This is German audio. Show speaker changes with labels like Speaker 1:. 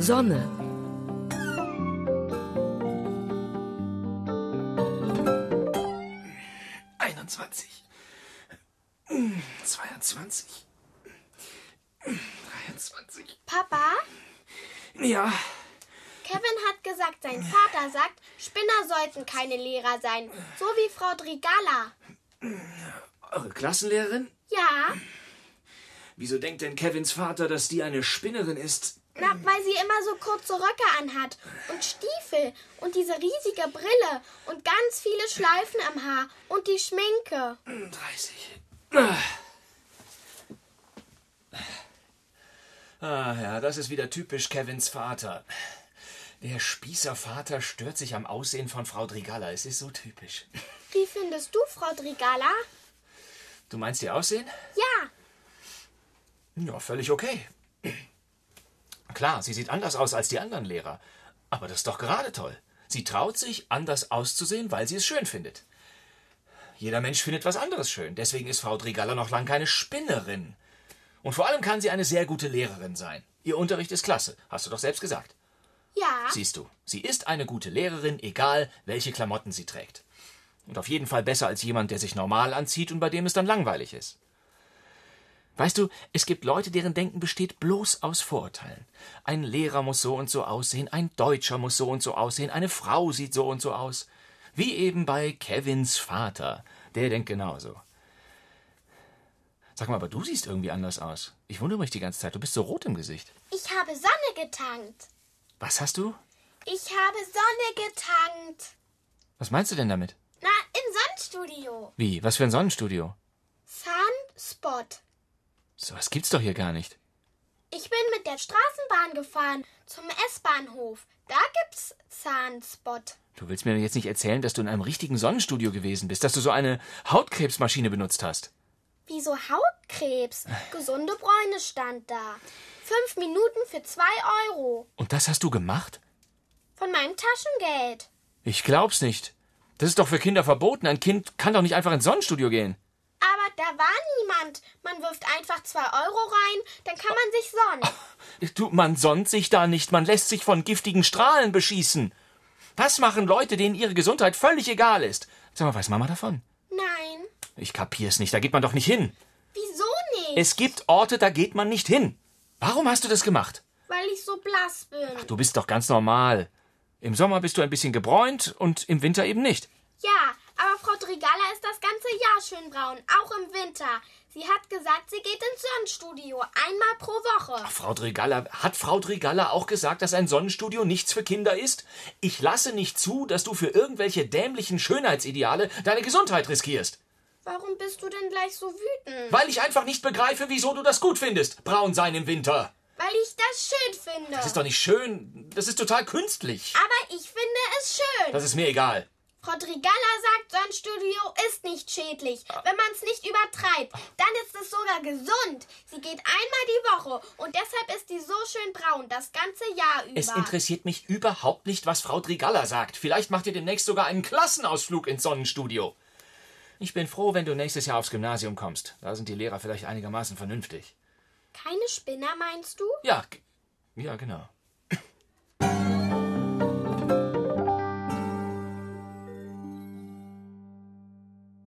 Speaker 1: Sonne.
Speaker 2: Einundzwanzig, 22. 23.
Speaker 3: Papa?
Speaker 2: Ja,
Speaker 3: Kevin hat gesagt, sein Vater sagt, Spinner sollten keine Lehrer sein. So wie Frau Drigala.
Speaker 2: eure Klassenlehrerin?
Speaker 3: Ja,
Speaker 2: Wieso denkt denn Kevins Vater, dass die eine Spinnerin ist?
Speaker 3: na, weil sie immer so kurze Röcke anhat und Stiefel und diese riesige Brille und ganz viele Schleifen am Haar und die Schminke.
Speaker 2: 30. Ah ja, das ist wieder typisch Kevins Vater. Der Spießervater stört sich am Aussehen von Frau Drigala. Es ist so typisch.
Speaker 3: Wie findest du Frau Drigala?
Speaker 2: Du meinst ihr Aussehen?
Speaker 3: Ja,
Speaker 2: Ja, völlig okay. Klar, sie sieht anders aus als die anderen Lehrer. Aber das ist doch gerade toll. Sie traut sich, anders auszusehen, weil sie es schön findet. Jeder Mensch findet was anderes schön. Deswegen ist Frau Drigalla noch lange keine Spinnerin. Und vor allem kann sie eine sehr gute Lehrerin sein. Ihr Unterricht ist klasse, hast du doch selbst gesagt.
Speaker 3: ja.
Speaker 2: Siehst du, sie ist eine gute Lehrerin, egal welche Klamotten sie trägt. Und auf jeden Fall besser als jemand, der sich normal anzieht und bei dem es dann langweilig ist. Weißt du, es gibt Leute, deren Denken besteht bloß aus Vorurteilen. Ein Lehrer muss so und so aussehen, ein Deutscher muss so und so aussehen, eine Frau sieht so und so aus. Wie eben bei Kevins Vater. Der denkt genauso. Sag mal, aber du siehst irgendwie anders aus. Ich wundere mich die ganze Zeit, du bist so rot im Gesicht.
Speaker 3: Ich habe Sonne getankt.
Speaker 2: Was hast du?
Speaker 3: Ich habe Sonne getankt.
Speaker 2: Was meinst du denn damit?
Speaker 3: Na, im Sonnenstudio.
Speaker 2: Wie? Was für ein Sonnenstudio?
Speaker 3: Sunspot.
Speaker 2: Sowas gibt's doch hier gar nicht.
Speaker 3: Ich bin mit der Straßenbahn gefahren zum S-Bahnhof. Da gibt's Zahnspot.
Speaker 2: Du willst mir jetzt nicht erzählen, dass du in einem richtigen Sonnenstudio gewesen bist, dass du so eine Hautkrebsmaschine benutzt hast.
Speaker 3: Wieso Hautkrebs? Gesunde Bräune stand da. Fünf Minuten für zwei Euro.
Speaker 2: Und das hast du gemacht?
Speaker 3: Von meinem Taschengeld.
Speaker 2: Ich glaub's nicht. Das ist doch für Kinder verboten. Ein Kind kann doch nicht einfach ins Sonnenstudio gehen.
Speaker 3: Aber da war niemand. Man wirft einfach zwei Euro rein, dann kann man sich sonnen.
Speaker 2: Du, man sonnt sich da nicht, man lässt sich von giftigen Strahlen beschießen. Das machen Leute, denen ihre Gesundheit völlig egal ist. Sag mal, weiß Mama davon?
Speaker 3: Nein.
Speaker 2: Ich kapier's nicht, da geht man doch nicht hin.
Speaker 3: Wieso nicht?
Speaker 2: Es gibt Orte, da geht man nicht hin. Warum hast du das gemacht?
Speaker 3: Weil ich so blass bin.
Speaker 2: Du bist doch ganz normal. Im Sommer bist du ein bisschen gebräunt und im Winter eben nicht.
Speaker 3: Ja, aber Frau Drigala ist das ganze Jahr schön braun, auch im Winter. Sie hat gesagt, sie geht ins Sonnenstudio, einmal pro Woche.
Speaker 2: Frau Drigalla, hat Frau Drigalla auch gesagt, dass ein Sonnenstudio nichts für Kinder ist? Ich lasse nicht zu, dass du für irgendwelche dämlichen Schönheitsideale deine Gesundheit riskierst.
Speaker 3: Warum bist du denn gleich so wütend?
Speaker 2: Weil ich einfach nicht begreife, wieso du das gut findest. Braun sein im Winter.
Speaker 3: Weil ich das schön finde.
Speaker 2: Das ist doch nicht schön. Das ist total künstlich.
Speaker 3: aber ich finde es schön.
Speaker 2: Das ist mir egal.
Speaker 3: Frau Drigala sagt, Sonnenstudio ist nicht schädlich,
Speaker 2: Ah.
Speaker 3: wenn man es nicht übertreibt. Dann ist es sogar gesund. Sie geht einmal die Woche und deshalb ist sie so schön braun, das ganze Jahr über.
Speaker 2: Es interessiert mich überhaupt nicht, was Frau Drigalla sagt. Vielleicht macht ihr demnächst sogar einen Klassenausflug ins Sonnenstudio. Ich bin froh, wenn du nächstes Jahr aufs Gymnasium kommst. Da sind die Lehrer vielleicht einigermaßen vernünftig.
Speaker 3: Keine Spinner, meinst du?
Speaker 2: Ja, g- ja, genau.